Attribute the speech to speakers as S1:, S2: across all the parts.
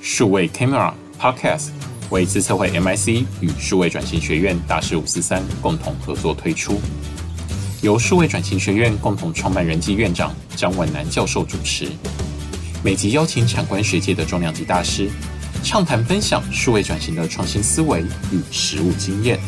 S1: 数位 Camera Podcast 为自测会 MIC 与数位转型学院大师五四三共同合作推出，由数位转型学院共同创办人暨院长张婉南教授主持。每集邀请产官学界的重量级大师，畅谈分享数位转型的创新思维与实务经验。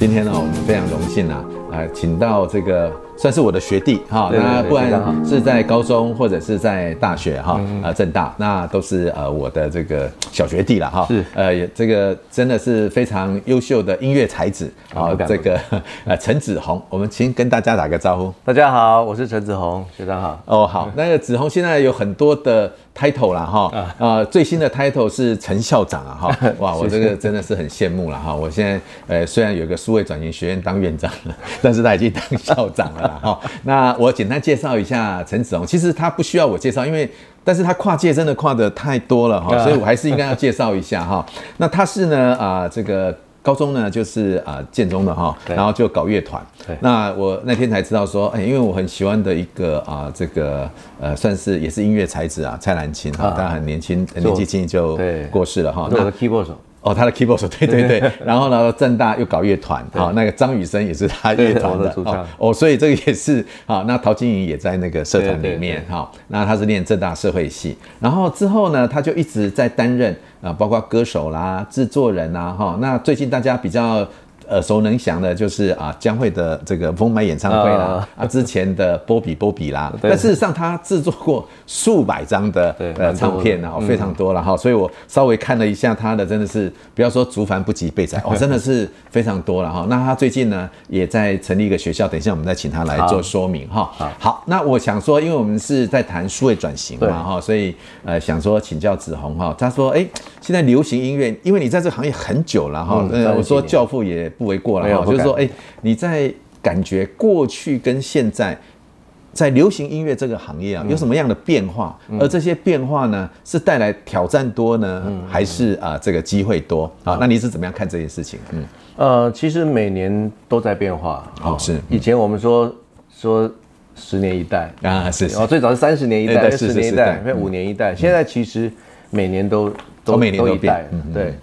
S2: 今天呢，我们非常荣幸啊，呃，请到这个算是我的学弟哈，
S3: 对对
S2: 那
S3: 对
S2: 不
S3: 非常好
S2: 然是在高中或者是在大学哈，呃，正大那都是呃我的这个小学弟了哈，
S3: 是
S2: 呃，也这个真的是非常优秀的音乐才子
S3: 啊
S2: 啊
S3: 不，敢
S2: 这个 呃陈子红，我们先跟大家打个招呼。
S3: 大家好，我是陈子红学长好。
S2: 哦，好，那个子红现在有很多的 title 啦，哈，呃，最新的 title 是陈校长啊，哈， 哇，我这个真的是很羡慕了哈，我现在呃虽然有一个数位转型学院当院长了，但是他已经当校长了啦，哈， 那我简单介绍一下陈子红，其实他不需要我介绍，因为。但是他跨界真的跨的太多了
S3: 啊
S2: 哈，所以我还是应该要介绍一下哈。 那他是呢啊、这个高中呢就是啊、建中的哈，
S3: 对
S2: 然后就搞乐团
S3: 对。
S2: 那我那天才知道说，哎、因为我很喜欢的一个啊、这个呃，算是也是音乐才子啊，蔡澜琴哈
S3: 啊，
S2: 他很年轻，年纪轻就
S3: 对
S2: 过世了哈
S3: 我。是我
S2: 那
S3: 的 keyboard 手，
S2: 哦，他的 keyboard 手，对对 对，然后呢，正大又搞乐团，好、那个张雨生也是他乐团
S3: 对我
S2: 的
S3: 的主唱
S2: 哦，所以这个也是 好、那陶晶莹也在那个社团
S3: 对
S2: 里
S3: 对
S2: 面哈、那他是念正大社会系，然后之后呢，他就一直在担任啊、呃包括歌手啦、制作人啦哈、那最近大家比较。耳熟能详的就是啊，江蕙的这个封麦演唱会啦，啊，之前的波比波比啦，
S3: 对
S2: 但事实上他制作过数百张的
S3: 对
S2: 呃
S3: 蛮多的
S2: 唱片啊，非常多了哈，所以我稍微看了一下他的，真的是不要说竹繁不及备载 哦，真的是非常多了哈。那他最近呢也在成立一个学校，等一下我们再请他来做说明哈。好，那我想说，因为我们是在谈数位转型
S3: 对
S2: 嘛哈，所以呃想说请教子红哈，他说哎，现在流行音乐，因为你在这行业很久了哈，
S3: 嗯
S2: 呃我说
S3: 30几年
S2: 教父也不为过
S3: 没
S2: 了
S3: 有
S2: 哈，
S3: 不
S2: 就是
S3: 敢
S2: 说哎你在感觉过去跟现在。在流行音乐这个行
S3: 嗯
S2: 业啊，有什么样的变化？而这些变化呢，是带来挑战多呢，
S3: 嗯
S2: 还是啊、这个机会多啊？那你是怎么样看这件事情？嗯，
S3: 呃，其实每年都在变化。
S2: 哦是嗯
S3: 以前我们说说十年一代，
S2: 啊，是是
S3: 然后哦最早是三十年一
S2: 对
S3: 代，
S2: 对是
S3: 十年一
S2: 是
S3: 代
S2: 是，对
S3: 会五年一代。现在其实每年都
S2: 哦每年都
S3: 一代
S2: 变嗯，
S3: 对。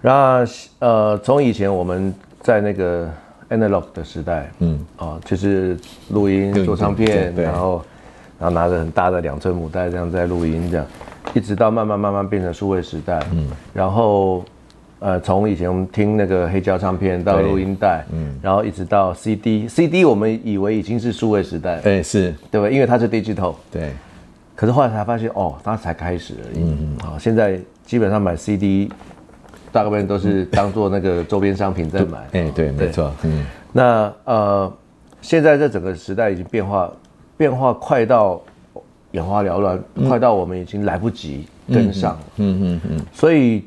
S3: 那呃，从以前我们在那个 analog 的时代，嗯，哦，就是录音
S2: 录音
S3: 做唱片
S2: 对，对
S3: 然后然后拿着很大的两寸母带这样在录音，这样一直到慢慢慢慢变成数位时代，嗯，然后。呃，从以前我们听那个黑胶唱片到
S2: 对
S3: 录音带，嗯，然后一直到 CD，CD 我们以为已经是数位时代了，
S2: 哎、是，
S3: 对吧？因为它是 digital，
S2: 对，
S3: 可是后来才发现，哦，它才开始而已。
S2: 嗯
S3: 好、现在基本上买 CD，大部分都是当做那个周边商品在买。
S2: 哎、对，没错，嗯，
S3: 那呃，现在这整个时代已经变化，变化快到眼花缭乱，快到我们已经来不及跟上。嗯嗯嗯嗯所以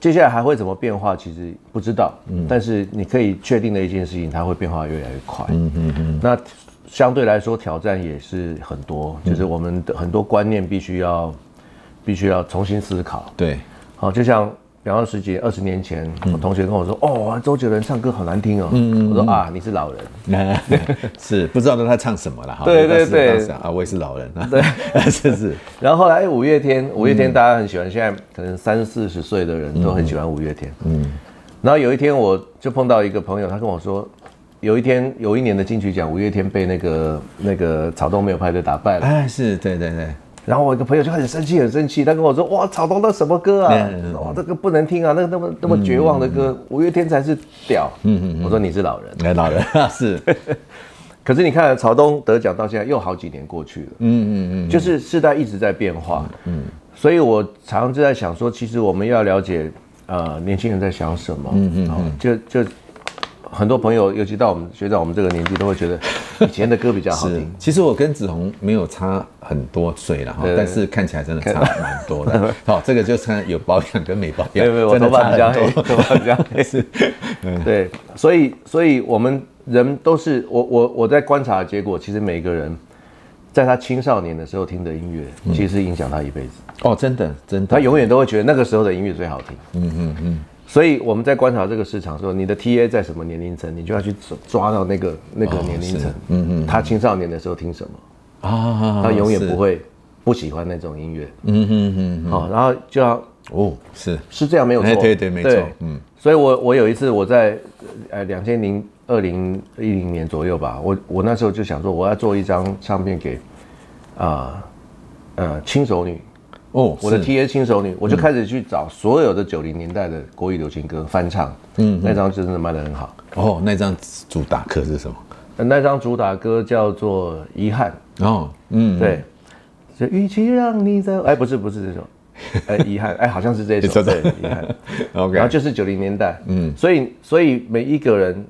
S3: 接下来还会怎么变化，其实不知道。但是你可以确定的一件事情，它会变化越来越快。嗯嗯嗯。那相对来说，挑战也是很多，就是我们的很多观念必须要必须要重新思考。
S2: 对，
S3: 好，就像比方说十几二十年前，我同学跟我说：“哦，周杰伦唱歌好难听哦。”我说：“啊，你是老人。
S2: 那是不知道他唱什么了哈。
S3: 对对
S2: 但是
S3: 对
S2: 当时啊，我也是老人啊，对， 是是，”
S3: 然后后来哎五月天，五月天大家很喜欢，现在可能三四十岁的人都很喜欢五月天。嗯。然后有一天我就碰到一个朋友，他跟我说，有一天有一年的金曲奖，五月天被那个那个草东没有派对打败了。
S2: 哎、是，对对对，
S3: 然后我一个朋友就很生气，很生气，他跟我说：“哇，草东那什么歌啊
S2: 嗯嗯？
S3: 哇，这个不能听啊，那个那么那么绝望的歌，五月天才是屌。”嗯嗯嗯。我说你是老人。
S2: 哎，老人 是，
S3: 可是你看，曹东得奖到现在又好几年过去了，嗯嗯嗯，就是世代一直在变化，嗯，所以我常常就在想说，其实我们要了解，呃，年轻人在想什么，嗯嗯就就很多朋友，尤其到我们学长我们这个年纪，都会觉得 以前的歌比较好
S2: 是
S3: 听，，
S2: 其实我跟子红没有差很多岁了哈，
S3: 对
S2: 但是看起来真的差蛮多 的。好，这个就是看有保养跟没保
S3: 没
S2: 养，
S3: 有没有，我
S2: 真的
S3: 头发比
S2: 差
S3: 较
S2: 很
S3: 黑，
S2: 多。
S3: 头发比较黑，是，对，所以所以我们人都是我我我在观察的结果，其实每一个人。在他青少年的时候听的音乐，其实影响他一辈子。
S2: 哦，真的真的，
S3: 他永远都会觉得那个时候的音乐最好听。嗯嗯嗯。所以我们在观察这个市场的时候，你的 TA 在什么年龄层，你就要去抓到那
S2: 哦嗯
S3: 个那个年龄层。嗯嗯。他青少年的时候听什么，
S2: 啊，
S3: 他永远
S2: 是
S3: 不会不喜欢那种音乐，
S2: 嗯哼哼，
S3: 好、然后就要
S2: 哦，是，
S3: 是这样没有错，
S2: 哎，对对，没错，嗯，
S3: 所以我我有一次我在呃两千零二零一零年左右吧，我我那时候就想说我要做一张唱片给啊呃轻手女，
S2: 哦，
S3: 我的
S2: 是嗯
S3: T A 轻手女，我就开始去找所有的九零年代的国语流行歌翻唱，嗯，那张真的卖的很好，
S2: 哦，那张主打歌是什么？
S3: 呃那张主打歌叫做《遗憾》，
S2: 哦，嗯，
S3: 对，就与其让你在，哎，不是不是这首， 哎，遗憾，哎，好像是这
S2: 这
S3: 首，
S2: 首
S3: 对，遗憾。
S2: ，OK，
S3: 然后就是九零年代，嗯，所以所以每一个人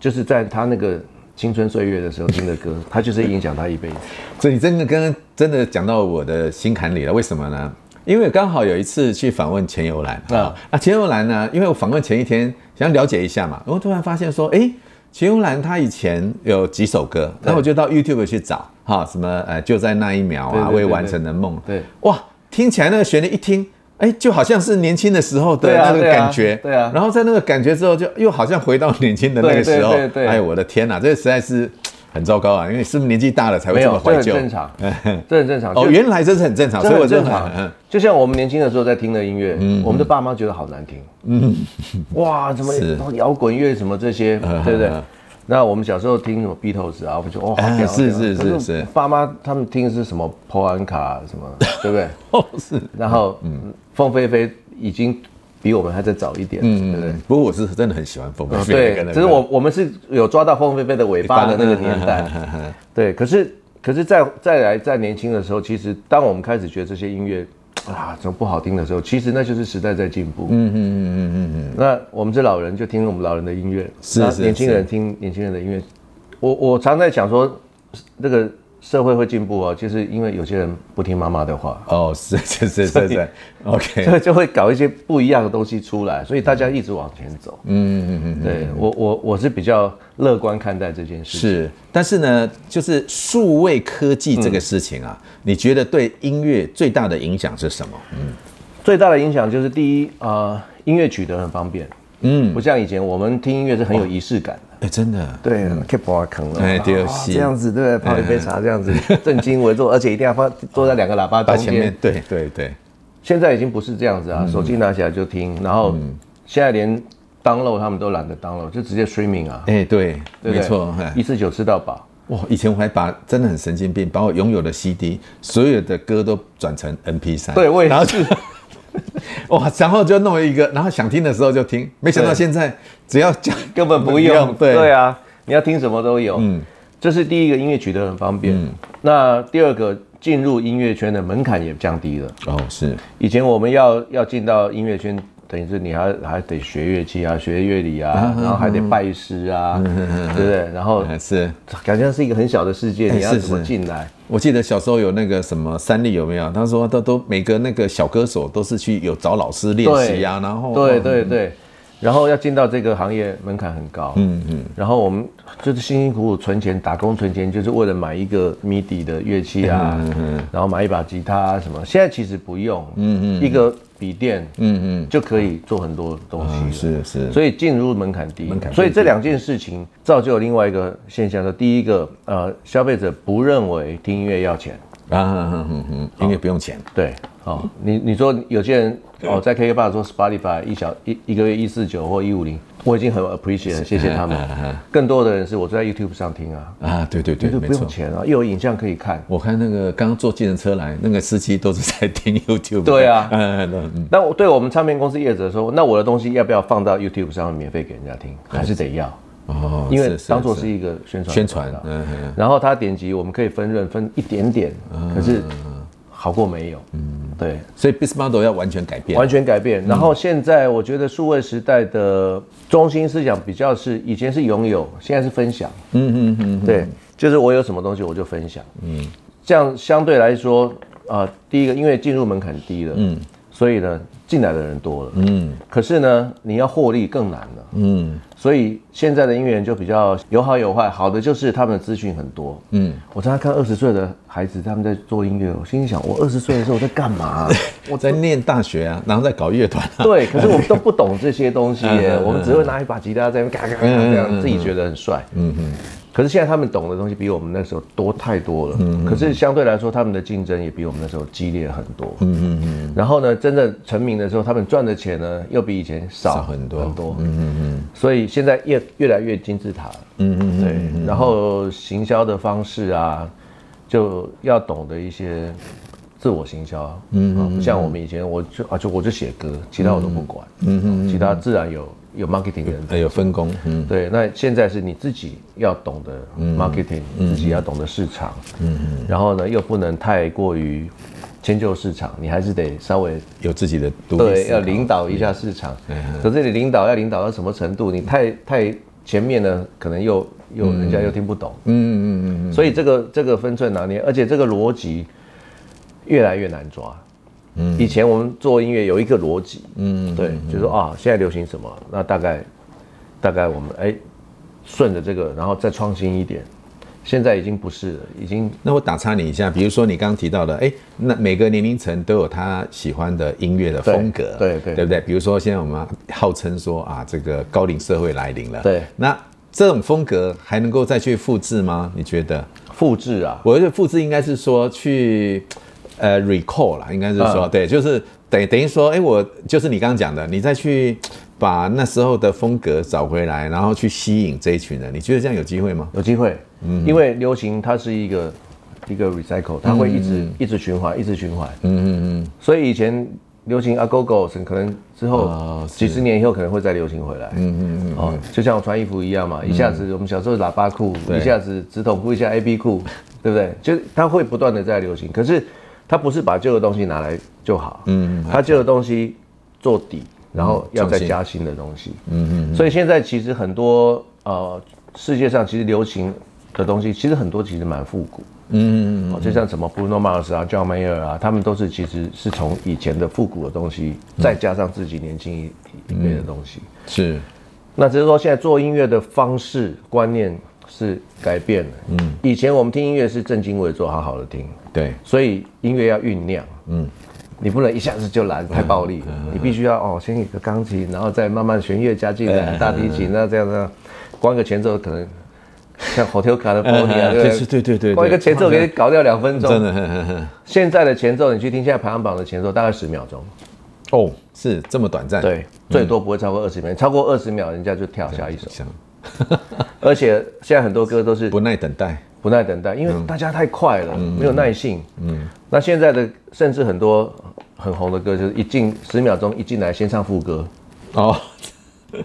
S3: 就是在他那个青春岁月的时候听的歌，他就是影响他一辈子。
S2: 所以你真的刚刚真的讲到我的心坎里了，为什么呢？因为刚好有一次去访问钱友兰啊
S3: 啊，
S2: 那钱友兰呢，因为我访问前一天想了解一下嘛，我突然发现说，诶，钱友兰她以前有几首歌，那我就到 YouTube 去找哈，什么呃就在那一秒
S3: 对
S2: 啊，
S3: 对对
S2: 未完成的梦，
S3: 对，
S2: 哇，听起来那个旋律一听。哎，就好像是年轻的时候的
S3: 对啊
S2: 那个
S3: 对啊
S2: 感觉，
S3: 对啊
S2: 然后在那个感觉之后，就又好像回到年轻的那个
S3: 对对
S2: 时候，
S3: 对对
S2: 哎呦，我的天哪，这实在是很糟糕啊！因为是不是年纪大了才会
S3: 没
S2: 这么
S3: 有，这
S2: 怀
S3: 很
S2: 旧？
S3: 正常，这很正常。
S2: 哦，
S3: 就
S2: 原来这是很正常，
S3: 这
S2: 所以我嗯
S3: 很
S2: 就
S3: 正
S2: 很
S3: 常
S2: 嗯，
S3: 就像我们年轻的时候在听的音乐，我们的爸妈觉得好难听，嗯，哇，什
S2: 是
S3: 么哦摇滚乐什么这些，
S2: 嗯
S3: 对不对
S2: 嗯嗯？
S3: 那我们小时候听什么 Beatles 啊，我们就哇，好
S2: 哎
S3: 屌
S2: 是
S3: 好屌
S2: 是
S3: 可
S2: 是是
S3: 爸妈他们听的是什么 p o 安卡什么，对 不对？
S2: 哦是，
S3: 然后，
S2: 嗯
S3: 凤飞飞已经比我们还在早一点，对不对？
S2: 嗯，不过我是真的很喜欢风格，
S3: 哦对，只是我我们是有抓到凤飞飞的尾巴的那个年代，
S2: 代，
S3: 对。可是可是再再来再年轻的时候，其实当我们开始觉得这些音乐啊怎么不好听的时候，其实那就是时代在进步。嗯嗯嗯嗯嗯嗯。那我们是老人，就听我们老人的音乐；
S2: 是
S3: 那
S2: 是
S3: 年轻人听年轻人的音乐。我我常在想说，这个社会会进步啊，就是因为有些人不听妈妈的话。
S2: 哦是是是是是，OK，
S3: 就 就会搞一些不一样的东西出来，所以大家一直往前走。嗯嗯嗯，对我我我是比较乐观看待这件事情。
S2: 是，但是呢，就是数位科技这个事情
S3: 嗯
S2: 啊，你觉得对音乐最大的影响是什么？
S3: 最大的影响就是第一，呃，音乐取得很方便，嗯，不像以前我们听音乐是很有仪式感的。
S2: 哎，真的，
S3: 对，keep on 坑了，
S2: 哎
S3: 然后
S2: 对
S3: 哦
S2: 是
S3: 这样子对不对？泡一杯茶这样子，正襟危坐，而且一定要放坐在两个喇叭
S2: 把
S3: 中
S2: 前面
S3: 间。
S2: 对对对，
S3: 现在已经不是这样子啊，手机拿起来就听，然后现在连 download 他们都懒得 download，就直接 streaming 啊，
S2: 哎对，没
S3: 对不对？
S2: 错，哎
S3: 一次酒吃到饱。
S2: 哇，以前我还把真的很神经病，把我拥有的 CD 所有的歌都转成 MP 3
S3: 对我也
S2: 然后就哇，然后就弄了一个，然后想听的时候就听，没想到
S3: 对
S2: 现在只要讲
S3: 根本不用。
S2: 对
S3: 啊，你要听什么都有。嗯，这是第一个音乐取得很方便。那第二个，进入音乐圈的门槛也降低了。
S2: 哦是
S3: 以前我们要要进到音乐圈，等于是你还还得学乐器啊，学乐理啊，然后还得拜师啊，对不对？然后
S2: 呃是，
S3: 感觉哎是一个很小的世界，
S2: 哎
S3: 你要
S2: 是
S3: 怎么
S2: 是
S3: 进来？
S2: 我记得小时候有那个什么三立有没有？他说都都每个那个小歌手都是去有找老师练习啊，然后
S3: 对
S2: 哦
S3: 对对，然后要进到这个行业门槛很高，嗯嗯，然后我们就是辛辛苦苦存钱打工存钱，就是为了买一个 MIDI 的乐器啊，然后买一把吉他啊什么。现在其实不用，嗯嗯，一个笔电，嗯嗯，就可以做很多东西
S2: 嗯
S3: 了。
S2: 是是，
S3: 所以进入门槛低，
S2: 槛
S3: 所以这两件事情造就了另外一个现象的，第一个，呃，消费者不认为听音乐要钱，
S2: 啊嗯嗯，因为不用钱，
S3: 对，哦，你你说有些人哦，在 KK 爸说 Spotify 一小一一个月一四九或一五零，我已经很 appreciate 谢谢他们。
S2: 嗯
S3: 更多的人是我在 YouTube 上听啊
S2: 啊对对对，
S3: ，YouTube
S2: 没
S3: 不
S2: 错
S3: 用。钱啊，又有影像可以看。
S2: 我看那个刚刚坐计程车来，那个司机都是在听 YouTube 的。
S3: 对啊
S2: 嗯嗯嗯嗯，
S3: 那我对我们唱片公司业者说，那我的东西要不要放到 YouTube 上面免费给人家听？还是得要，
S2: 哦，
S3: 因为
S2: 是
S3: 当做是一个宣传
S2: 宣传
S3: 管，道
S2: 嗯嗯，
S3: 然后他点击我们可以分润分一点点，可是
S2: 嗯
S3: 好过没有。嗯，对，
S2: 所以 business model 要完全改变，
S3: 完全改变。嗯然后现在我觉得数位时代的中心思想比较是以前是拥有，现在是分享。嗯嗯嗯，对，就是我有什么东西我就分享。嗯，呃这样相对来说，啊，第一个因为进入门槛低了，嗯，所以呢，进来的人多了，
S2: 嗯
S3: 可是呢，你要获利更难了。
S2: 嗯
S3: 所以现在的音乐人就比较有好有坏，好的就是他们的资讯很多。
S2: 嗯，
S3: 我常常看二十岁的孩子他们在做音乐，我心里想，我二十岁的时候我在干嘛 啊、
S2: 我在念大学啊，然后在搞乐团啊，
S3: 对，可是我们都不懂这些东西耶
S2: 嗯嗯，嗯
S3: 我们只会拿一把吉他在那边嘎嘎嘎这样，自己觉得很帅。嗯嗯。可是现在他们懂的东西比我们那时候多太多了。可是相对来说，他们的竞争也比我们那时候激烈很多。嗯嗯嗯。然后呢，真的成名的时候，他们赚的钱呢，又比以前
S2: 少
S3: 少
S2: 很多
S3: 很多。嗯嗯嗯。所以现在越越来越金字塔。嗯嗯对，然后行销的方式啊，就要懂得一些自我行销，嗯，不像我们以前，我就啊就我就写歌，其他我都不管，嗯嗯，其他自然有有 marketing 的人，
S2: 呃有分工，嗯
S3: 对，那现在是你自己要懂得 marketing，自己要懂得市场，嗯嗯，然后呢又不能太过于迁就市场，你还是得稍微
S2: 有自己的独立
S3: 对
S2: 思啊考
S3: 要领导一下市场，
S2: 嗯
S3: 可是你领导要领导到什么程度？你太太前面呢，可能又又人家又听不懂，
S2: 嗯嗯嗯嗯
S3: 所以这个这个分寸拿捏，而且这个逻辑越来越难抓。嗯，以前我们做音乐有一个逻辑，
S2: 嗯，
S3: 对，就是说啊，现在流行什么，那大概大概我们哎顺着这个，然后再创新一点。现在已经不是了，已经
S2: 那我打岔你一下，比如说你刚刚提到的，哎，那每个年龄层都有他喜欢的音乐的风格，
S3: 对对对
S2: 对不对？比如说现在我们号称说啊，这个高龄社会来临了，
S3: 对
S2: 那这种风格还能够再去复制吗？你觉得？
S3: 复制啊，
S2: 我觉得复制应该是说去呃 recall 啦，应该是说、对，就是等等于说，哎、我就是你刚刚讲的，你再去把那时候的风格找回来，然后去吸引这一群人，你觉得这样有机会吗？
S3: 有机会，因为流行它是一个一个 recycle，它会一直、一直循环，一直循环。嗯嗯嗯嗯。所以以前流行阿啊 Go Go，可能之后、
S2: 哦是
S3: 几十年以后可能会再流行回来。嗯嗯嗯。哦，就像我穿衣服一样嘛，一下子我们小时候喇叭裤，一下子直筒裤，一下 A B 裤，对不对？就是它会不断的在流行，可是它不是把旧的东西拿来就好，嗯，它旧的东西做底，然后要再
S2: 创新
S3: 加新的东西。嗯嗯。所以现在其实很多呃，世界上其实流行的东西，其实很多其实蛮复古。
S2: 嗯
S3: 哦，就像什么 Bruno Mars 啊、John Mayer 啊，他们都是其实是从以前的复古的东西，再加上自己年轻一一辈的东西。
S2: 是，
S3: 那只是说现在做音乐的方式观念是改变了。嗯，以前我们听音乐是正襟危坐，好好的听，
S2: 对，
S3: 所以音乐要酝酿。嗯。你不能一下子就来，太暴力。
S2: 嗯
S3: 你必须要哦，先一个钢琴，然后再慢慢弦乐加进
S2: 哎
S3: 来，大提琴，那这样呢，光一个前奏可能像 Hotel California，
S2: 嗯嗯
S3: 对
S2: 对
S3: 不
S2: 对对对
S3: 光一个前奏给你搞掉两分钟，
S2: 真的呵嗯呵呵
S3: 现在的前奏，你去听现在排行榜的前奏，大概十秒钟，
S2: 哦，是这么短暂，，
S3: 对，哎嗯最多不会超过二十秒，超过二十秒人家就跳下一首。
S2: 想
S3: 而且现在很多歌都是
S2: 不耐等待，
S3: 不耐等待，因为大家太快了，没有耐性。嗯，那现在的甚至很多很红的歌，就是一进十秒钟一进来先唱副歌，
S2: 哦，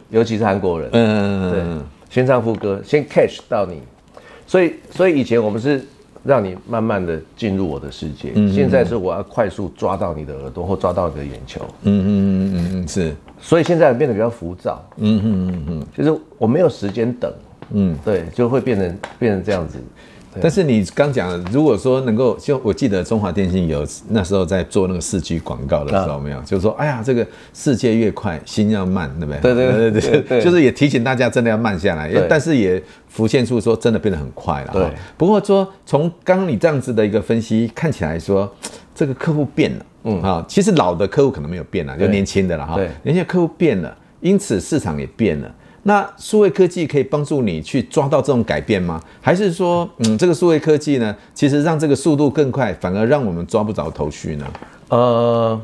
S3: 尤其是韩国人，
S2: 嗯，
S3: 对，先唱副歌，先 catch 到你。所以，所以以前我们是让你慢慢的进入我的世界，现在是我要快速抓到你的耳朵或抓到你的眼球。
S2: 嗯嗯嗯嗯嗯，是，
S3: 所以现在变得比较浮躁。嗯嗯嗯嗯，就是我没有时间等。嗯，对，就会变成变成这样子。
S2: 但是你刚讲的，如果说能够，就我记得中华电信有那时候在做那个四 G 广告的时候，没有，就是说，哎呀，这个世界越快，心要慢，对不对？
S3: 对对对对对
S2: 就是也提醒大家真的要慢下来
S3: 对，
S2: 但是也浮现出说真的变得很快了。
S3: 对
S2: 哈不过说从刚刚你这样子的一个分析，看起来说这个客户变了，嗯啊，其实老的客户可能没有变啊了，就
S3: 对
S2: 年轻的了哈
S3: 对，
S2: 年轻的客户变了，因此市场也变了。那数位科技可以帮助你去抓到这种改变吗？还是说，嗯，这个数位科技呢，其实让这个速度更快，反而让我们抓不着头绪呢？
S3: 呃，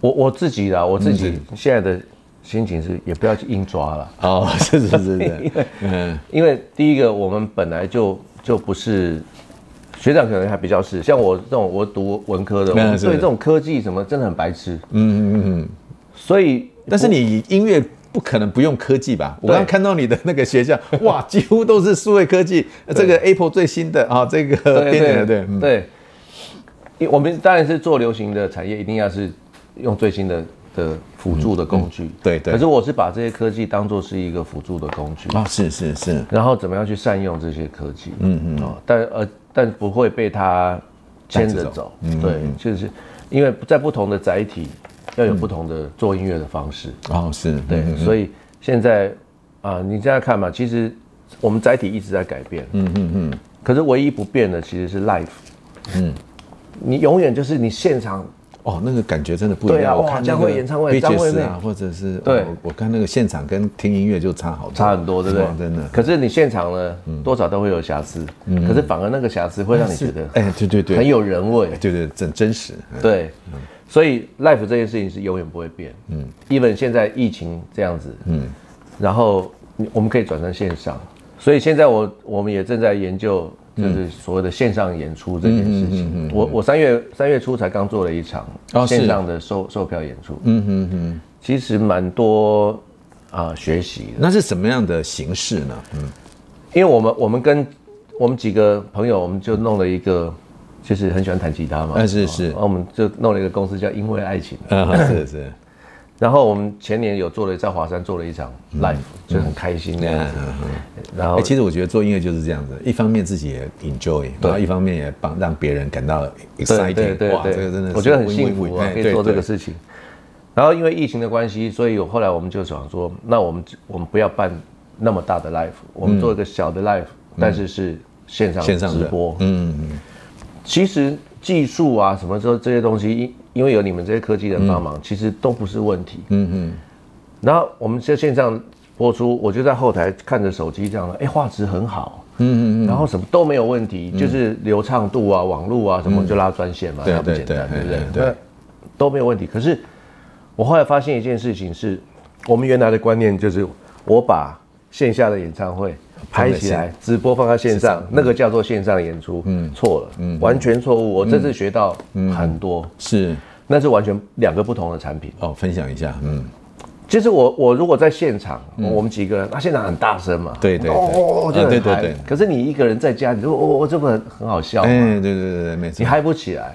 S3: 我我自己啦，我自己现在的心情是也不要去硬抓了，
S2: 哦， 是是是是，嗯，
S3: 因为第一个我们本来就就不是。学长可能还比较是，像我这种我读文科的，我
S2: 那
S3: 们
S2: 是
S3: 对这种科技什么真的很白痴。嗯嗯嗯嗯。所以
S2: 但是你音乐不可能不用科技吧？我刚刚看到你的那个学校， 哇，几乎都是数位科技，呃这个 Apple 最新的啊，这个
S3: 对
S2: 边缘的
S3: 对
S2: 对，
S3: 对
S2: 嗯
S3: 对，因为我们当然是做流行的产业，一定要是用最新的的辅助的工具。
S2: 嗯对对
S3: 可是我是把这些科技当做是一个辅助的工具，
S2: 啊，是是是，
S3: 然后怎么样去善用这些科技。嗯嗯。哦，但呃，但不
S2: 嗯
S3: 会被它牵着走。对，就是因为在不同的载体，要有不同的做音乐的方式。
S2: 哦，是对
S3: 对，所以现在啊、你现在看嘛，其实我们载体一直在改变，嗯嗯嗯，可是唯一不变的其实是 live，嗯，你永远就是你现场
S2: 哦，那个感觉真的不一
S3: 对啊
S2: 样。我
S3: 哇
S2: 看那
S3: 江
S2: 个
S3: 蕙演唱会张惠
S2: BTS
S3: 妹
S2: 啊，或者是
S3: 对
S2: 哦我我看那个现场跟听音乐就差好多
S3: 差很多，对不对
S2: 哦？真的。
S3: 可是啊你现场呢，多少都会有瑕疵，可是反而那个瑕疵会让你觉得
S2: 哎，对对对，
S3: 很有人味，
S2: 对对，真真实。嗯
S3: 对，所以 life 这件事情是永远不会变。嗯，even 现在疫情这样子，嗯，然后你我们可以转成线上，所以现在我我们也正在研究，
S2: 嗯
S3: 就是所谓的线上演出这件事情。我我三月三月初才刚做了一场
S2: 哦是
S3: 线上的售、售票演出。嗯嗯嗯，其实蛮多啊、学习的，
S2: 那是什么样的形式呢？嗯，
S3: 因为我们我们跟我们几个朋友，我们就弄了一个。就是很喜欢弹吉他嘛，哦
S2: 哎是是
S3: 然后我们就弄了一个公司叫“因为爱情”，
S2: 啊，是
S3: 呃
S2: 是，
S3: 然后我们前年有做了在华山做了一场 live，、就很开心这样子。然后、
S2: 哎，其实我觉得做音乐就是这样子，一方面自己也 enjoy，然后一方面也帮让别人感到 exciting。
S3: 对对对
S2: 哇，
S3: 对，
S2: 这个真的是
S3: 我觉得很
S2: win-win-win，
S3: 幸福啊
S2: 哎，
S3: 可以
S2: 对
S3: 做这个
S2: 对
S3: 事情。然后因为疫情的关系，所以我后来我们就想说，那我们我们不要办那么大的 live，我们做一个小的 live，、但是是线上
S2: 线上的
S3: 直播。嗯嗯。其实技术啊，什么时候这些东西，因因为有你们这些科技人帮忙，其实都不是问题。嗯嗯。然后我们在线上播出，我就在后台看着手机这样的，哎，画质很好。嗯嗯嗯。然后什么都没有问题，就是流畅度啊、网络啊什么，就拉专线嘛，
S2: 对
S3: 那不简单，
S2: 对
S3: 对
S2: 对
S3: 不对？
S2: 对
S3: 那都没有问题。可是我后来发现一件事情是，我们原来的观念就是，我把线下的演唱会拍起来，直播放在线上，那个叫做线上演出，嗯，错了，嗯，完全错误。我这次学到很多，
S2: 是
S3: 那是完全两个不同的产品。
S2: 哦，分享一下，嗯，
S3: 其实我我如果在现场，我们几个人，那现场很大声嘛，
S2: 对对对
S3: 哦，就
S2: 啊对
S3: 很
S2: 对
S3: 嗨
S2: 对。
S3: 可是你一个人在家，你说哦哦，这不很很好笑吗？
S2: 哎，对对对对，没
S3: 你
S2: 错，
S3: 嗨不起来。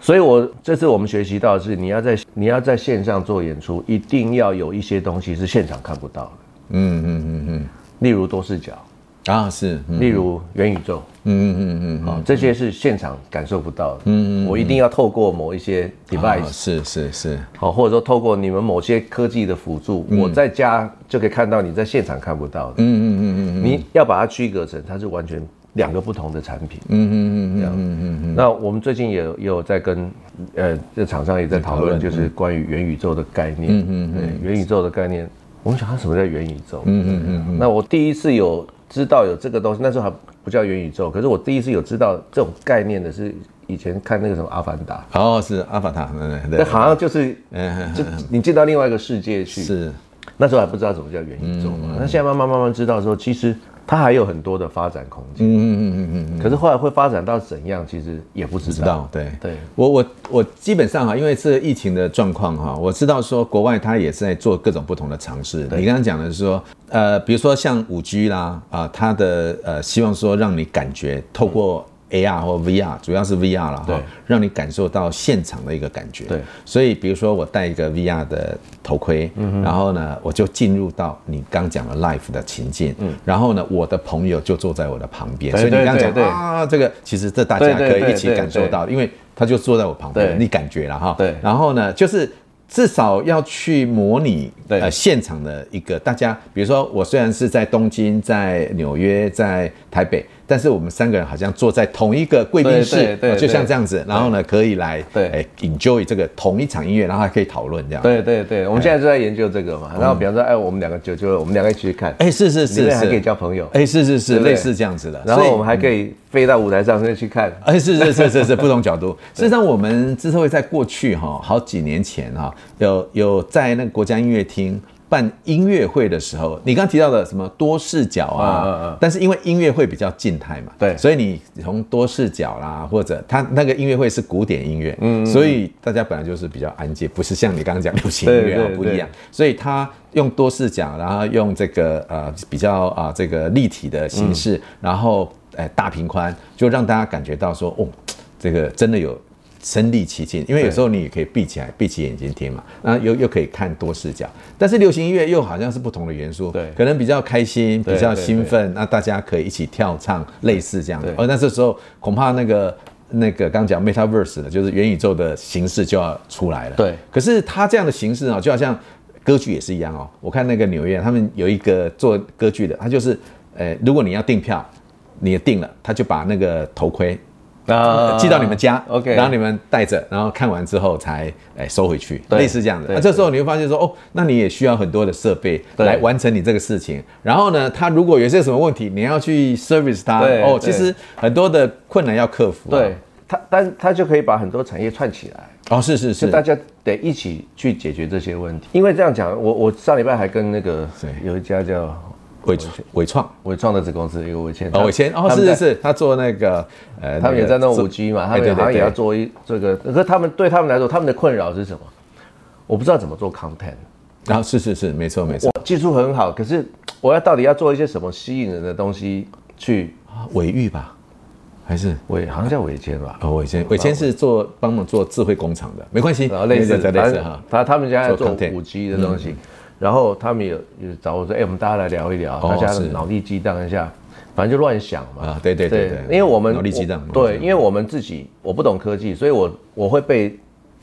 S3: 所以我这次我们学习到的是，你要在你要在线上做演出，一定要有一些东西是现场看不到的，
S2: 嗯嗯嗯嗯，
S3: 例如多视角，
S2: 啊是，嗯
S3: 例如元宇宙，
S2: 嗯嗯嗯嗯，
S3: 啊、这些是现场感受不到的。嗯嗯，我一定要透过某一些
S2: 啊
S3: device，
S2: 是是是，
S3: 好、或者说透过你们某些科技的辅助，我在家就可以看到你在现场看不到的。
S2: 嗯嗯嗯嗯
S3: 你要把它区隔成，它是完全两个不同的产品。嗯嗯嗯嗯嗯嗯。那我们最近也有也有在跟呃这厂商也在讨论，就是关于元宇宙的概念。嗯嗯对，元宇宙的概念，我们想它什么叫元宇宙？嗯嗯嗯。那我第一次有知道有这个东西，那时候还不叫元宇宙，可是我第一次有知道这种概念的是以前看那个什么《阿凡达》。
S2: 嗯，哦是阿法塔，嗯对
S3: 那，好像就是，
S2: 嗯
S3: 就你进到另外一个世界去，
S2: 是
S3: 那时候还不知道什么叫元宇宙嘛。那现在慢慢慢慢知道说，其实它还有很多的发展空间。
S2: 嗯嗯嗯嗯嗯，
S3: 可是后来会发展到怎样，其实也不知道。
S2: 知道对。
S3: 对，
S2: 我我我基本上哈，因为这个疫情的状况哈，我知道说国外它也是在做各种不同的尝试。你刚刚讲的是说，呃，比如说像五 G 啦，啊、它的呃，希望说让你感觉透过 AR 或 VR，主要是 VR 了
S3: 对
S2: 哈，让你感受到现场的一个感觉。
S3: 对
S2: 所以比如说我戴一个 VR 的头盔，
S3: 嗯
S2: 然后呢，我就进入到你刚讲的 life 的情境，然后呢，我的朋友就坐在我的旁边，
S3: 嗯对
S2: 所以你
S3: 对
S2: 刚刚
S3: 对
S2: 讲
S3: 对
S2: 啊，这个其实这大家
S3: 对
S2: 可
S3: 对
S2: 以一起
S3: 对对
S2: 感受到。啊因为他就坐在我旁边
S3: 对，
S2: 你感觉了哈。
S3: 对
S2: 然后呢，就是至少要去模拟
S3: 对
S2: 呃现场的一个大家，比如说我虽然是在东京、在纽约、在台北，但是我们三个人好像坐在同一个贵宾
S3: 对
S2: 室
S3: 对，对
S2: 呃就像
S3: 对
S2: 这样子。然后呢，可以来
S3: 对
S2: 哎 enjoy 这个同一场音乐，然后还可以讨论这样。，
S3: 对对对，我们现在就在研究这个嘛。然后比方说，哎，我们两个九九，我们两个一起去看，
S2: 哎，是是
S3: 里
S2: 是
S3: 面还可以
S2: 是，
S3: 交朋友，
S2: 哎，是是是，
S3: 对不对
S2: 类似这样子的。
S3: 然
S2: 所
S3: 后
S2: 以
S3: 我们还可哎以嗯飞到舞台上再去看。
S2: 哎，是是是是是，不同角度。 事实上，我们之所以在过去哈好几年前哈，有有在那个国家音乐厅办音乐会的时候，你刚提到的什么多视角啊，
S3: 嗯嗯嗯
S2: 但是因为音乐会比较静态嘛，
S3: 对
S2: 所以你从多视角啦，或者他那个音乐会是古典音乐，
S3: 嗯
S2: 所以大家本来就是比较安静，不是像你刚刚讲流行音乐啊
S3: 对对
S2: 不一样，所以他用多视角，然后用这个呃比较啊、这个立体的形式，
S3: 嗯
S2: 然后呃大平宽，就让大家感觉到说哦，这个真的有。身临其境，因为有时候你也可以闭起来，闭起眼睛听嘛，然后又又可以看多视角，但是流行音乐又好像是不同的元素，
S3: 对
S2: 可能比较开心，比
S3: 对
S2: 较
S3: 对
S2: 兴
S3: 对
S2: 奋，那大家可以一起跳唱，类似这样的
S3: 对。
S2: 哦，那这时候恐怕那个那个刚讲 Metaverse 的，就是元宇宙的形式就要出来了。
S3: 对
S2: 可是它这样的形式啊、就好像歌剧也是一样哦。我看那个纽约，他们有一个做歌剧的，他就是，呃，如果你要订票，你也订了，他就把那个头盔
S3: 啊
S2: 寄到你们家
S3: ，OK，
S2: 然后你们带着，然后看完之后才哎收回去，
S3: 对
S2: 类似这样的。
S3: 对
S2: 那、这时候你会发现说，哦，那你也需要很多的设备
S3: 对
S2: 来完成你这个事情。然后呢，它如果有些什么问题，你要去 service 它。
S3: 对
S2: 哦，其
S3: 对
S2: 实很多的困难要克服、啊
S3: 对，它，但它就可以把很多产业串起来。
S2: 哦，是是
S3: 就是大，家得一起去解决这些问题。因为这样讲，我我上礼拜还跟那个
S2: 对
S3: 有一家叫
S2: 伟伟创。
S3: 伟创的子公司，一个伟倩，
S2: 哦，伟谦哦，
S3: 他
S2: 是
S3: 们在
S2: 是，是，他做那个呃，
S3: 他们也在弄
S2: 做
S3: 五 G 嘛，他
S2: 哎
S3: 们
S2: 对
S3: 好
S2: 对
S3: 像也要
S2: 对，
S3: 做一这个，可是他们对他们来说，他们的困扰是什么？我不知道怎么做 content。
S2: 然后啊是是是，没错没错，
S3: 我技术很好，可是我要到底要做一些什么吸引人的东西去？
S2: 伟玉吧，还是
S3: 伟好像叫伟谦吧，
S2: 哦，伟谦，伟谦是做帮忙做智慧工厂的，没关系，
S3: 然后哦类似，
S2: 对对对
S3: 反
S2: 类似哈
S3: 正，他他们家在
S2: 做
S3: 做
S2: content 嗯
S3: 五 G 的东西，然后他们有有找我说，哎，我们大家来聊一聊，大家
S2: 哦是
S3: 脑力激荡一下，反正就乱想嘛。
S2: 啊对对对对
S3: 因为我们
S2: 脑力激荡
S3: 我
S2: 脑力
S3: 对，
S2: 激荡
S3: 因为我们自己我不懂科技，所以我我会被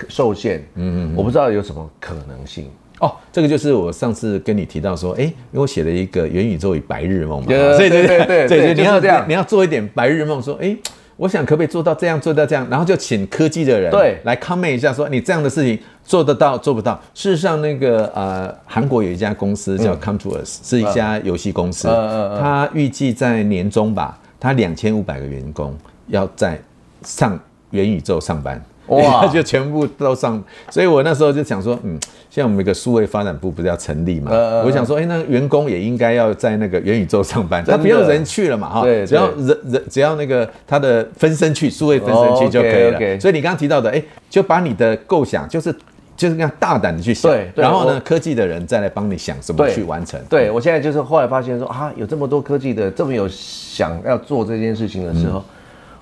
S3: 受限，嗯嗯，我不知道有什么可能性。
S2: 哦，这个就是我上次跟你提到说，哎，因为我写了一个元宇宙与白日梦嘛，
S3: 对
S2: 所以就
S3: 对
S2: 是
S3: 对对对
S2: 所以
S3: 就是
S2: 你要
S3: 这样
S2: 你要做一点白日梦，说，哎，我想可不可以做到这样，做到这样，然后就请科技的人
S3: 对
S2: 来 comment 一下，说你这样的事情做得到做不到。事实上，那个呃，韩国有一家公司
S3: 嗯
S2: 叫 Come to Us，、是一家游戏公司，它预计在年中吧，
S3: 嗯
S2: 它两千五百个员工要在上元宇宙上班。
S3: 哇
S2: 哇！就全部都上，所以我那时候就想说，嗯，现在我们一个数位发展部不是要成立嘛？
S3: 嗯嗯
S2: 我想说，哎、那员工也应该要在那个元宇宙上班，
S3: 真
S2: 他
S3: 的
S2: 不用人去了嘛，哈，
S3: 对
S2: 只要
S3: 对
S2: 人人只要那个他的分身去，数位分身去
S3: 哦
S2: 就可以了。
S3: ，OK，OK
S2: 所以你刚刚提到的，哎、就把你的构想就是。就是要大胆的去想，
S3: 对对
S2: 然后呢
S3: 我，
S2: 科技的人再来帮你想怎么
S3: 对
S2: 去完成。
S3: 对我现在就是后来发现说啊，有这么多科技的，这么有想要做这件事情的
S2: 嗯
S3: 时候，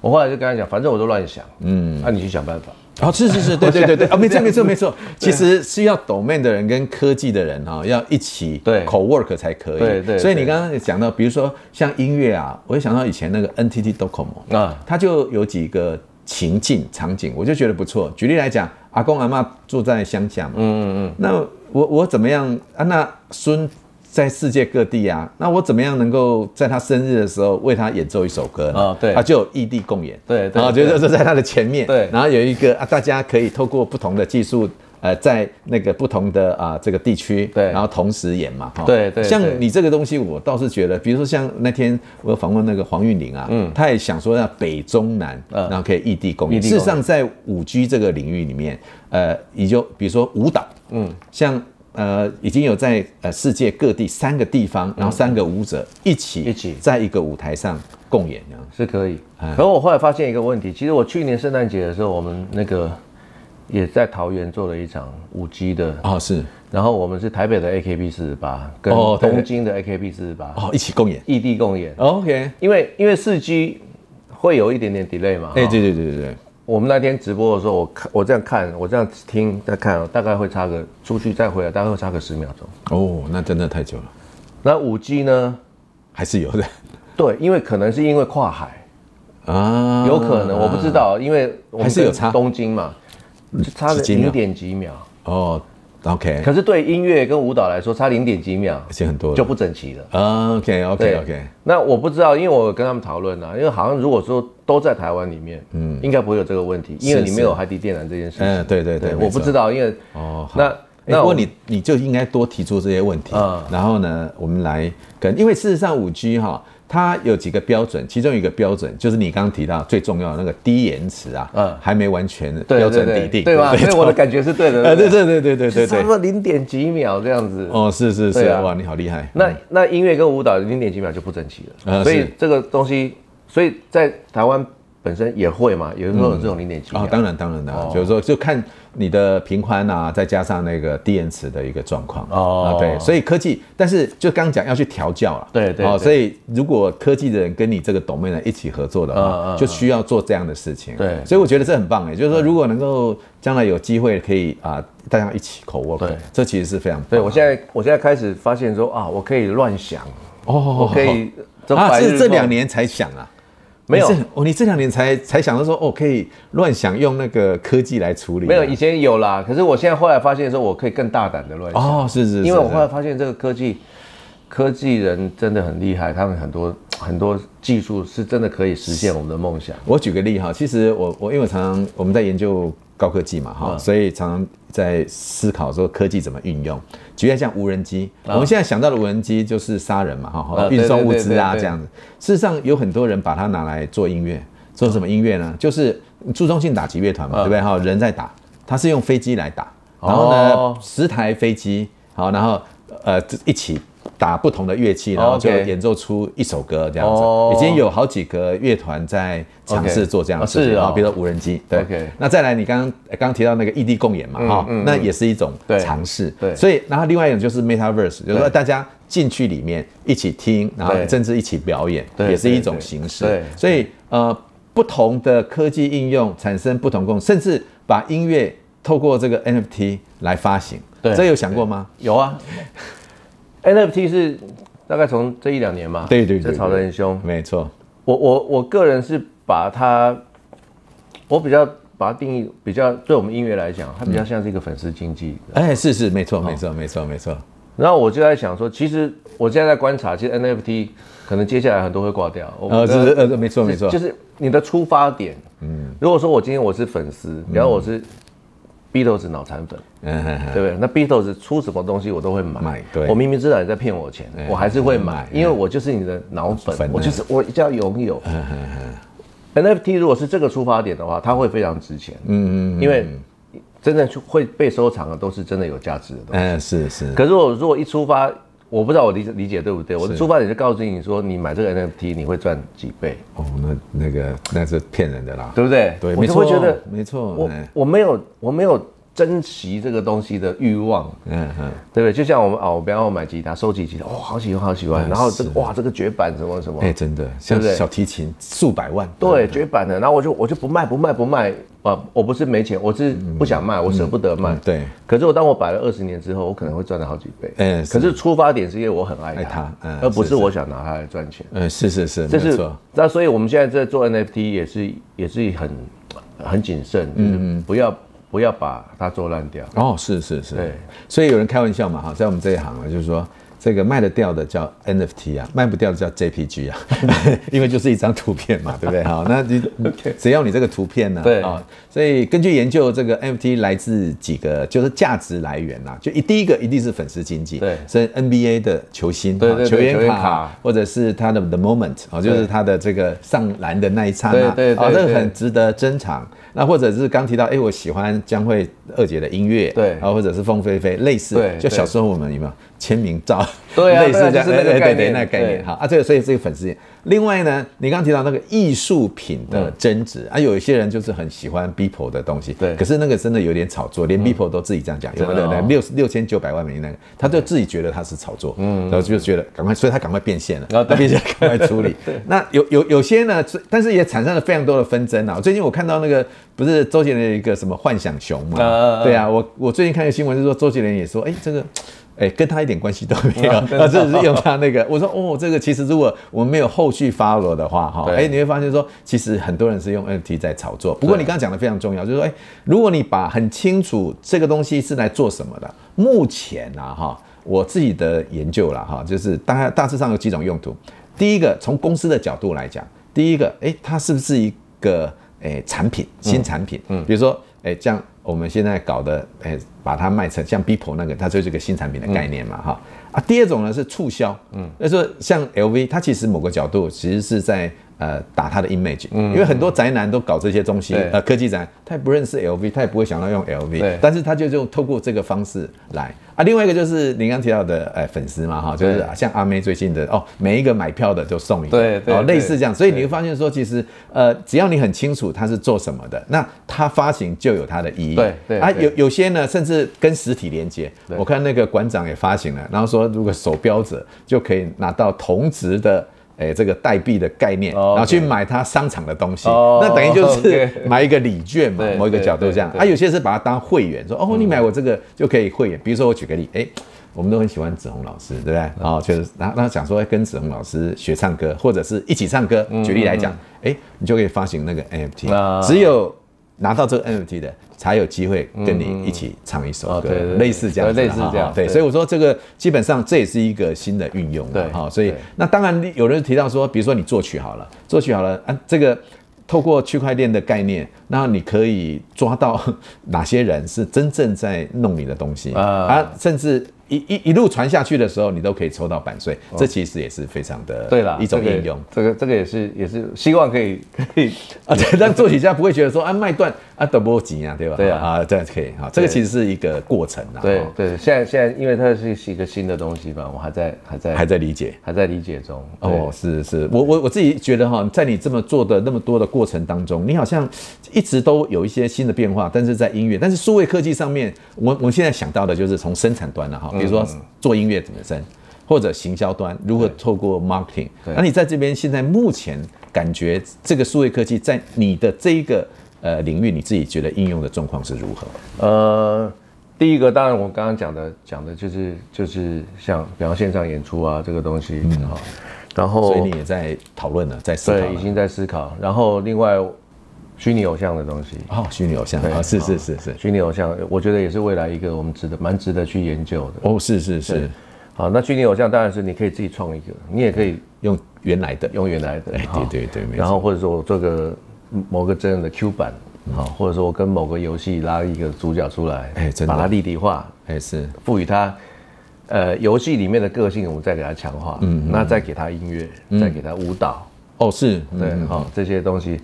S3: 我后来就跟他讲，反正我都乱想，嗯，那、你去想办法。
S2: 哦，是是 是，对对对对，啊，没错没错没错，其实是要 domain 的人跟科技的人哈、要一起
S3: 对
S2: co work 才可以。
S3: 对对
S2: 所以你
S3: 对
S2: 刚刚也讲到，比如说像音乐啊，我就想到以前那个 NTT Docomo
S3: 啊
S2: 啊，它就有几个情境场景，我就觉得不错。举例来讲，阿公阿妈住在乡下嘛，嗯嗯嗯，那我我怎么样啊？那孙。在世界各地啊，那我怎么样能够在他生日的时候为他演奏一首歌呢？
S3: 啊对
S2: 啊，就有异地共演，
S3: 对对
S2: 啊，就
S3: 对
S2: 是在他的前面，
S3: 对
S2: 然后有一个啊，大家可以透过不同的技术，呃，在那个不同的啊、这个地区，
S3: 对
S2: 然后同时演嘛，哈
S3: 对对
S2: 像
S3: 对
S2: 你这个东西，我倒是觉得，比如说像那天我有访问那个黄韵玲啊，嗯，她也想说要北中南，
S3: 嗯
S2: 然后可以异地共
S3: 异
S2: 演。
S3: 地
S2: 事
S3: 共
S2: 实
S3: 演
S2: 上，在五 G 这个领域里面，呃，也就比如说舞蹈，嗯，像。呃，已经有在呃世界各地三个地方，然后三个舞者一起
S3: 一起
S2: 在一个舞台上共演这样。
S3: 是可以。
S2: 哎
S3: 可我后来发现一个问题，其实我去年圣诞节的时候，我们那个也在桃园做了一场五 G 的，
S2: 哦，是
S3: 然后我们是台北的 AKB 四十八跟
S2: 哦台北
S3: 东京的 AKB 四十八
S2: 哦，一起共演。
S3: 异地共演，
S2: OK，
S3: 因为因为四 G 会有一点点 delay 嘛。
S2: 哎、
S3: 哈
S2: 对对对对对，
S3: 我们那天直播的时候，我看我这样看，我这样听再看，大概会差个出去再回来，大概会差个十秒钟。
S2: 哦，那真的太久了，
S3: 那五 G 呢？
S2: 还是有的
S3: 对，因为可能是因为跨海，
S2: 啊，
S3: 有可能，我不知道，因为我们
S2: 嗯还是有
S3: 跟
S2: 差嗯
S3: 东京嘛，就差了
S2: 几几秒
S3: 零点几秒。
S2: 哦，OK，
S3: 可是对音乐跟舞蹈来说，差零点几秒
S2: 而且很多了
S3: 就不整齐了。
S2: OK OK OK，
S3: 那我不知道，因为我有跟他们讨论啊，因为好像如果说都在台湾里面，嗯，应该不会有这个问题，因为
S2: 是
S3: 你没有海底电缆这件事情。
S2: 嗯，对对对，
S3: 我不知
S2: 道
S3: 道，因为
S2: 哦，好。
S3: 那
S2: 那
S3: 那
S2: 不过
S3: 我
S2: 你你就应该多提出这些问题，
S3: 嗯
S2: 然后呢，我们来跟，因为事实上五 G 哈、它有几个标准，其中一个标准就是你刚刚提到最重要的那个低延迟啊，
S3: 嗯
S2: 还没完全
S3: 对
S2: 标准
S3: 对对
S2: 底定，
S3: 对吧？所以我的感觉是对的。
S2: 呃， 对对对对对对
S3: 差不
S2: 对，
S3: 多零点几秒这样子。
S2: 哦，是是是，
S3: 对啊
S2: 哇，你好厉害，
S3: 那那音乐跟舞蹈零点几秒就不整齐了，
S2: 呃
S3: 所以
S2: 是
S3: 这个东西，所以在台湾本身也会嘛，有人说有这种零点几秒
S2: 哦，，当然当然的、就是说就看你的频宽啊，再加上那个低延迟的一个状况啊，
S3: 哦
S2: 对，所以科技，但是就刚讲要去调教了，
S3: 对对
S2: 哦，
S3: 对
S2: 所以如果科技的人跟你这个懂妹人一起合作的话，
S3: 嗯嗯
S2: 就需要做这样的事情，
S3: 对
S2: 所以我觉得这很棒哎，就是说如果能够将来有机会可以啊、大家一起口 work，
S3: 对
S2: 这其实是非常棒啊
S3: 对我现在我现在开始发现说啊，我可以乱想，
S2: 哦，
S3: 我可以。这
S2: 啊
S3: 白日
S2: 是这
S3: 梦
S2: 两年才想啊，
S3: 没有
S2: 你这哦，你这两年才才想到说哦，可以乱想用那个科技来处理啊、
S3: 没有以前有啦，可是我现在后来发现说，我可以更大胆的乱想，
S2: 哦，是是是，
S3: 因为我
S2: 是
S3: 后来发现这个科技科技人真的很厉害，他们很多很多技术是真的可以实现我们的梦想。
S2: 我举个例哈，其实我我因为我常常我们在研究高科技嘛哈，
S3: 嗯
S2: 所以常常在思考说科技怎么运用。举例来讲，无人机，我们现在想到的无人机就是杀人嘛哈，
S3: 啊
S2: 运送物
S3: 对对对
S2: 资啊
S3: 对对
S2: 这样子。事实上，有很多人把它拿来做音乐，做什么音乐
S3: 嗯
S2: 呢？就是注重性打击乐团嘛，对不对哈？人在打，它是用飞机来打，然后呢
S3: 哦，
S2: 十台飞机，好，然后呃一起。打不同的乐器，然后就
S3: 哦 OK
S2: 演奏出一首歌这样子
S3: 哦
S2: 已经有好几个乐团在尝试
S3: OK
S2: 做这样的
S3: 啊
S2: 事情
S3: 是
S2: 啊，
S3: 哦
S2: 比如说无人机，对。
S3: OK 嗯
S2: 那再来，你刚刚刚刚提到那个异地共演嘛，哈、那也是一种
S3: 对
S2: 尝试。
S3: 对
S2: 所以然后另外一种就是 Metaverse，就是说
S3: 对
S2: 大家进去里面一起听，然后
S3: 对
S2: 甚至一起表演，
S3: 对
S2: 也是一种
S3: 对对
S2: 形式。
S3: 对
S2: 所以呃，不同的科技应用产生不同共，甚至把音乐透过这个 NFT 来发行，
S3: 对
S2: 这有想过吗？
S3: 有啊，NFT 是大概从这一两年嘛，
S2: 对对对
S3: 这炒得很凶。
S2: 没错，
S3: 我我我个人是把它，我比较把它定义比较，对我们音乐来讲，它比较像是一个粉丝经济。
S2: 哎，是是，没错，没
S3: 哦
S2: 错，没错，没错。
S3: 然后我就在想说，其实我现在在观察，其实 NFT 可能接下来很多会挂掉。我
S2: 呃，是是呃，没错没错，
S3: 就是你的出发点。嗯，如果说我今天我是粉丝，然后我是 Beatles 脑残粉，
S2: 嗯嗯嗯
S3: 对不对？那 Beatles 出什么东西我都会买，
S2: 买对
S3: 我明明知道你在骗我钱，我还是会买，因为我就是你的脑
S2: 粉
S3: 粉，我就是我一定要拥有。NFT 如果是这个出发点的话，它会非常值钱，嗯嗯，因为真正去会被收藏的都是真的有价值的东西。
S2: 嗯，是是。
S3: 可是我如果一出发，我不知道我理解理解对不对，我的出发点就告诉你说，你买这个 NFT 你会赚几倍，
S2: 哦，那那个那是骗人的啦。
S3: 对不对？
S2: 对，
S3: 我
S2: 没
S3: 就
S2: 错，
S3: 会觉得
S2: 没错。
S3: 我哦
S2: 哎
S3: 我没有我没有珍惜这个东西的欲望，
S2: 嗯嗯，
S3: 对不对？就像我们啊，我比方我买吉他，收集吉他，哇，好喜欢，好喜
S2: 嗯
S3: 欢。然后这个哇，这个绝版什么什么，
S2: 哎，真的，像
S3: 对不对
S2: 小提琴数百万。
S3: 对，绝版的。然后我就我就不卖，不卖，不卖。啊，我不是没钱，我是不想卖，我舍不得卖
S2: 嗯。对，
S3: 可是我当我摆了二十年之后，我可能会赚了好几倍。
S2: 哎是
S3: 可是出发点是因为我很爱
S2: 爱
S3: 它
S2: 它，嗯
S3: 而不
S2: 是
S3: 是
S2: 是
S3: 我想拿它来赚钱。
S2: 嗯，是是是，
S3: 这
S2: 没
S3: 是
S2: 错。
S3: 那，所以我们现在在做 NFT 也是也是很很谨慎，就是不要不要把它做烂掉。
S2: 哦，是是是。
S3: 对，
S2: 所以有人开玩笑嘛，哈，在我们这一行啊，就是说。这个卖得掉的叫 NFT 啊，卖不掉的叫 JPG 啊， 因为就是一张图片 嘛，对不对？好，那你只要你这个图片呢、
S3: 对
S2: 啊、所以根据研究，这个 NFT 来自几个就是价值来源啦、啊就一第一个一定是粉丝经济，
S3: 对
S2: 所以 NBA 的球星、
S3: 对
S2: 啊
S3: 对对
S2: 球员
S3: 球员
S2: 卡
S3: 卡
S2: 或者是他的 the moment 啊，就是他的这个上篮的那一刹那，
S3: 对对对
S2: 啊，这个
S3: 对
S2: 很值得珍藏。那或者是刚提到，哎，我喜欢江蕙二姐的音乐，
S3: 对
S2: 啊，或者是凤飞飞，类似，
S3: 对
S2: 就
S3: 对
S2: 小时候我们有没有签名照？
S3: 对啊
S2: 类似这样，
S3: 对啊就是那个
S2: 哎哎
S3: 概
S2: 对对，
S3: 念
S2: 那个概念
S3: 对
S2: 好啊。这个所以这个粉丝页，另外呢，你刚刚提到那个艺术品的
S3: 嗯
S2: 增值啊，有一些人就是很喜欢 Beeple 的东西，
S3: 对嗯
S2: 可是那个真的有点炒作，连 Beeple 都自己这样讲，有没
S3: 真的
S2: 有？
S3: 哦
S2: 六六千九百万美金那个，他就自己觉得他是炒作，嗯，然后就觉得赶快，所以他赶快变现了，
S3: 哦
S2: 然后变现赶快处 理。那有有有些呢，是但是也产生了非常多的纷争啊。最近我看到那个不是周杰伦有一个什么幻想熊嘛，
S3: 啊啊啊
S2: 对啊，我我最近看一个新闻是说周杰伦也说，哎、这个。哎，跟他一点关系都没有， 啊，这只是用他那个。我说哦，这个其实如果我们没有后续 follow 的话，哈，
S3: 对
S2: 哎，你会发现说，其实很多人是用 NFT 在炒作。不过你刚刚讲的非常重要，就是说，哎，如果你把很清楚这个东西是来做什么的，目前啊，哈，我自己的研究啦，哈，就是大概大致上有几种用途。第一个，从公司的角度来讲，第一个，哎，它是不是一个哎产品，新产品？嗯，比如说，哎，像我们现在搞的，哎，把它卖成像 Bipo 那个，它就是一个新产品的概念嘛，哈、啊，第二种呢是促销，嗯，那说像 LV，它其实某个角度其实是在呃打它的 image，嗯，因为很多宅男都搞这些东西
S3: 对，
S2: 呃，科技宅，他也不认识 LV，他也不会想到用 LV，
S3: 对
S2: 但是他就用透过这个方式来啊。另外一个就是您刚提到的，哎，粉丝嘛，哈，就是
S3: 对
S2: 像阿妹最近的哦，每一个买票的就送一个，
S3: 对对
S2: 哦，类似
S3: 对
S2: 这样，所以你会发现说，其实呃，只要你很清楚它是做什么的，那它发行就有它的意义，
S3: 对对
S2: 啊，
S3: 对
S2: 有有些呢，甚至跟实体连接。我看那个馆长也发行了，然后说如果手标者就可以拿到同值的。诶，这个代币的概念，
S3: 哦
S2: 然后去买他商场的东西，
S3: 哦
S2: 那等于就是
S3: OK
S2: 买一个礼券嘛
S3: 对，
S2: 某一个角度这样。
S3: 对对对
S2: 啊，有些是把它当会员，说哦，你买我这个就可以会员。比如说我举个例，诶，我们都很喜欢子红老师，对不对？
S3: 嗯
S2: 然后就是，然后然后想说哎跟子红老师学唱歌，或者是一起唱歌。举例来讲，哎，你就可以发行那个 NFT，
S3: 嗯啊
S2: 只有拿到这个 NFT 的，才有机会跟你一起唱一首
S3: 哦
S2: 歌
S3: 对对，对
S2: 类似这样子的
S3: 对类似
S2: 哈
S3: 这样
S2: 对，
S3: 对
S2: 所以我说这个基本上这也是一个新的运用嘛
S3: 对
S2: 哈。所以
S3: 对
S2: 那当然有人提到说，比如说你作曲好了，作曲好了啊，这个。透过区块链的概念，那你可以抓到 哪些人是真正在弄你的东西
S3: 啊
S2: 啊，甚至一一一路传下去的时候，你都可以抽到版税，这其实也是非常的
S3: 哦对啦，
S2: 一种
S3: 这个
S2: 应用。
S3: 这个这个也是也是希望可以可以
S2: 啊， 对，但作曲家不会觉得说啊卖断啊都不急啊，对吧？
S3: 对啊
S2: 啊这样可以哈，这个
S3: 对
S2: 其实是一个过程啊，
S3: 对
S2: 哦
S3: 对，现在现在因为它是是一个新的东西嘛，我还在还在
S2: 还在理解。
S3: 还在理解中。
S2: 哦，
S3: 哦，
S2: 是是，我我我自己觉得哈，在你这么做的那么多的过程当中，你好像一直都有一些新的变化，但是在音乐，但是数位科技上面，我我现在想到的就是从生产端了哈，比如
S3: 嗯
S2: 说做音乐怎么生，或者行销端如何透过 marketing，
S3: 对
S2: 那你在这边现在目前感觉这个数位科技在你的这一个呃领域，你自己觉得应用的状况是如何？
S3: 呃，第一个当然我刚刚讲的讲的就是就是像比方现场演出啊这个东西，好、然后
S2: 所以你也在讨论了，在思考
S3: 哦对已
S2: 了。
S3: 经在思考，然后另外虚拟偶像的东西，
S2: 哦，虚拟偶像啊，是是是是，
S3: 虚拟偶像我觉得也是未来一个我们值得蛮值得去研究的。
S2: 哦，是是是，
S3: 好，那虚拟偶像当然是你可以自己创一个，你也可以
S2: 用原来的。
S3: 用原来的，
S2: 哎，
S3: 好
S2: 对对对，没
S3: 然
S2: 错。
S3: 后或者说我做个某个真人的 Q 版，好，或者说我跟某个游戏拉一个主角出来，
S2: 哎真的
S3: 把它立体化，
S2: 哎，是
S3: 赋予它，呃，游戏里面的个性，我们再给它强化，嗯，那再给它音
S2: 嗯
S3: 乐，再给它舞蹈，
S2: 哦，是
S3: 对
S2: 对，
S3: 好这些东西，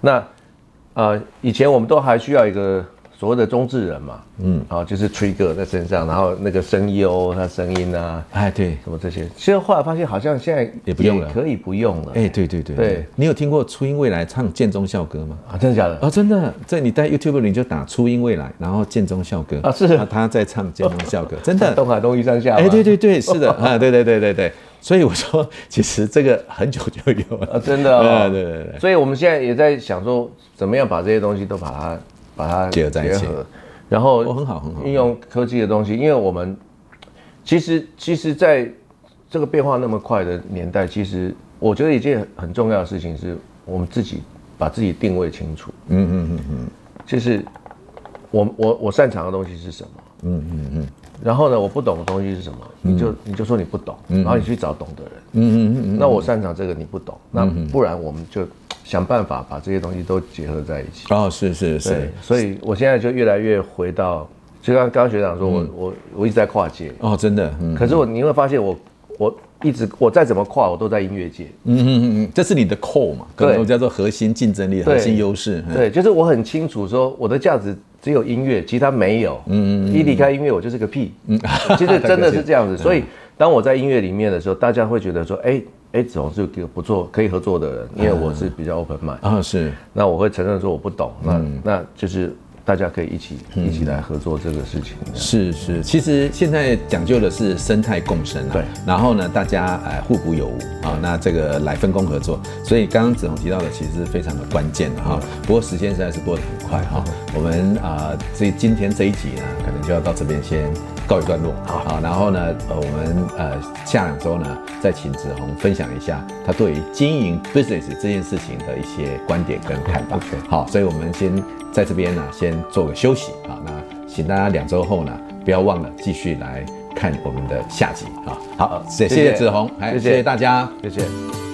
S3: 那呃，以前我们都还需要一个所谓的中置人嘛，嗯，好，就是 trigger 在身上，然后那个声优他声音啊，
S2: 哎，对，
S3: 什么这些，其实后来发现好像现在
S2: 也不用了
S3: 可以不用了，
S2: 哎，对对对
S3: 对，
S2: 你有听过初音未来唱《剑中校歌》吗？
S3: 啊，真的假的？
S2: 哦，真的，在你在 YouTube 里就打初音未来，然后剑中校歌
S3: 啊是
S2: 他在唱剑中校歌， 真的，
S3: 东海东玉山下嘛，
S2: 哎，对对对，是的啊，对对对对对，所以我说，其实这个很久就有
S3: 啊，
S2: 了，
S3: 真的、哦，
S2: 对对对对
S3: 所以我们现在也在想说，怎么样把这些东西都把它把它
S2: 结合在一起
S3: 合然后、
S2: 哦很好很好
S3: 运用科技的东西，因为我们其实其实在这个变化那么快的年代，其实我觉得一件很重要的事情是我们自己把自己定位清楚。嗯嗯嗯嗯，就是我我我擅长的东西是什么？嗯嗯嗯。然后呢，我不懂的东西是什么？你就你就说你不懂，然后你去找懂的人。那我擅长这个你不懂，那不然我们就想办法把这些东西都结合在一起。
S2: 哦，是是
S3: 对
S2: 是，，
S3: 所以我现在就越来越回到，就像刚刚学长说，我我我一直在跨界，
S2: 哦，真的，嗯
S3: 可是我你会发现我我一直我再怎么跨，我都在音乐界。
S2: 嗯嗯嗯嗯，这是你的 core 嘛，可
S3: 对
S2: 能叫做核心竞争力、核
S3: 对
S2: 心优势，嗯
S3: 对，就是我很清楚说我的价值只有音乐，其他没有。嗯嗯，一离开音乐我就是个屁。嗯， 其实真的是这样子。所以当我在音乐里面的时候，大家会觉得说，哎哎，子红是个不错可以合作的人，因为我是比较 open mind。
S2: 啊，是
S3: 那我会承认说我不懂，那、那就是大家可以一起、一起来合作这个事情。
S2: 是是，其实现在讲究的是生态共生啊。
S3: 对
S2: 然后呢，大家呃互补有无啊，那这个来分工合作。所以刚刚子红提到的其实是非常的关键的哈。不过时间实在是过得很快哈，我们啊、这今天这一集呢，可能就要到这边先告一段落。好，好然后呢，呃，我们呃下两周呢，再请子红分享一下他对于经营 business 这件事情的一些观点跟看法。好，所以我们先在这边呢，先做个休息啊。那请大家两周后呢，不要忘了继续来看我们的下集啊。好，谢谢
S3: 谢谢
S2: 子红，哎
S3: 谢谢
S2: 谢谢大家。
S3: 谢谢。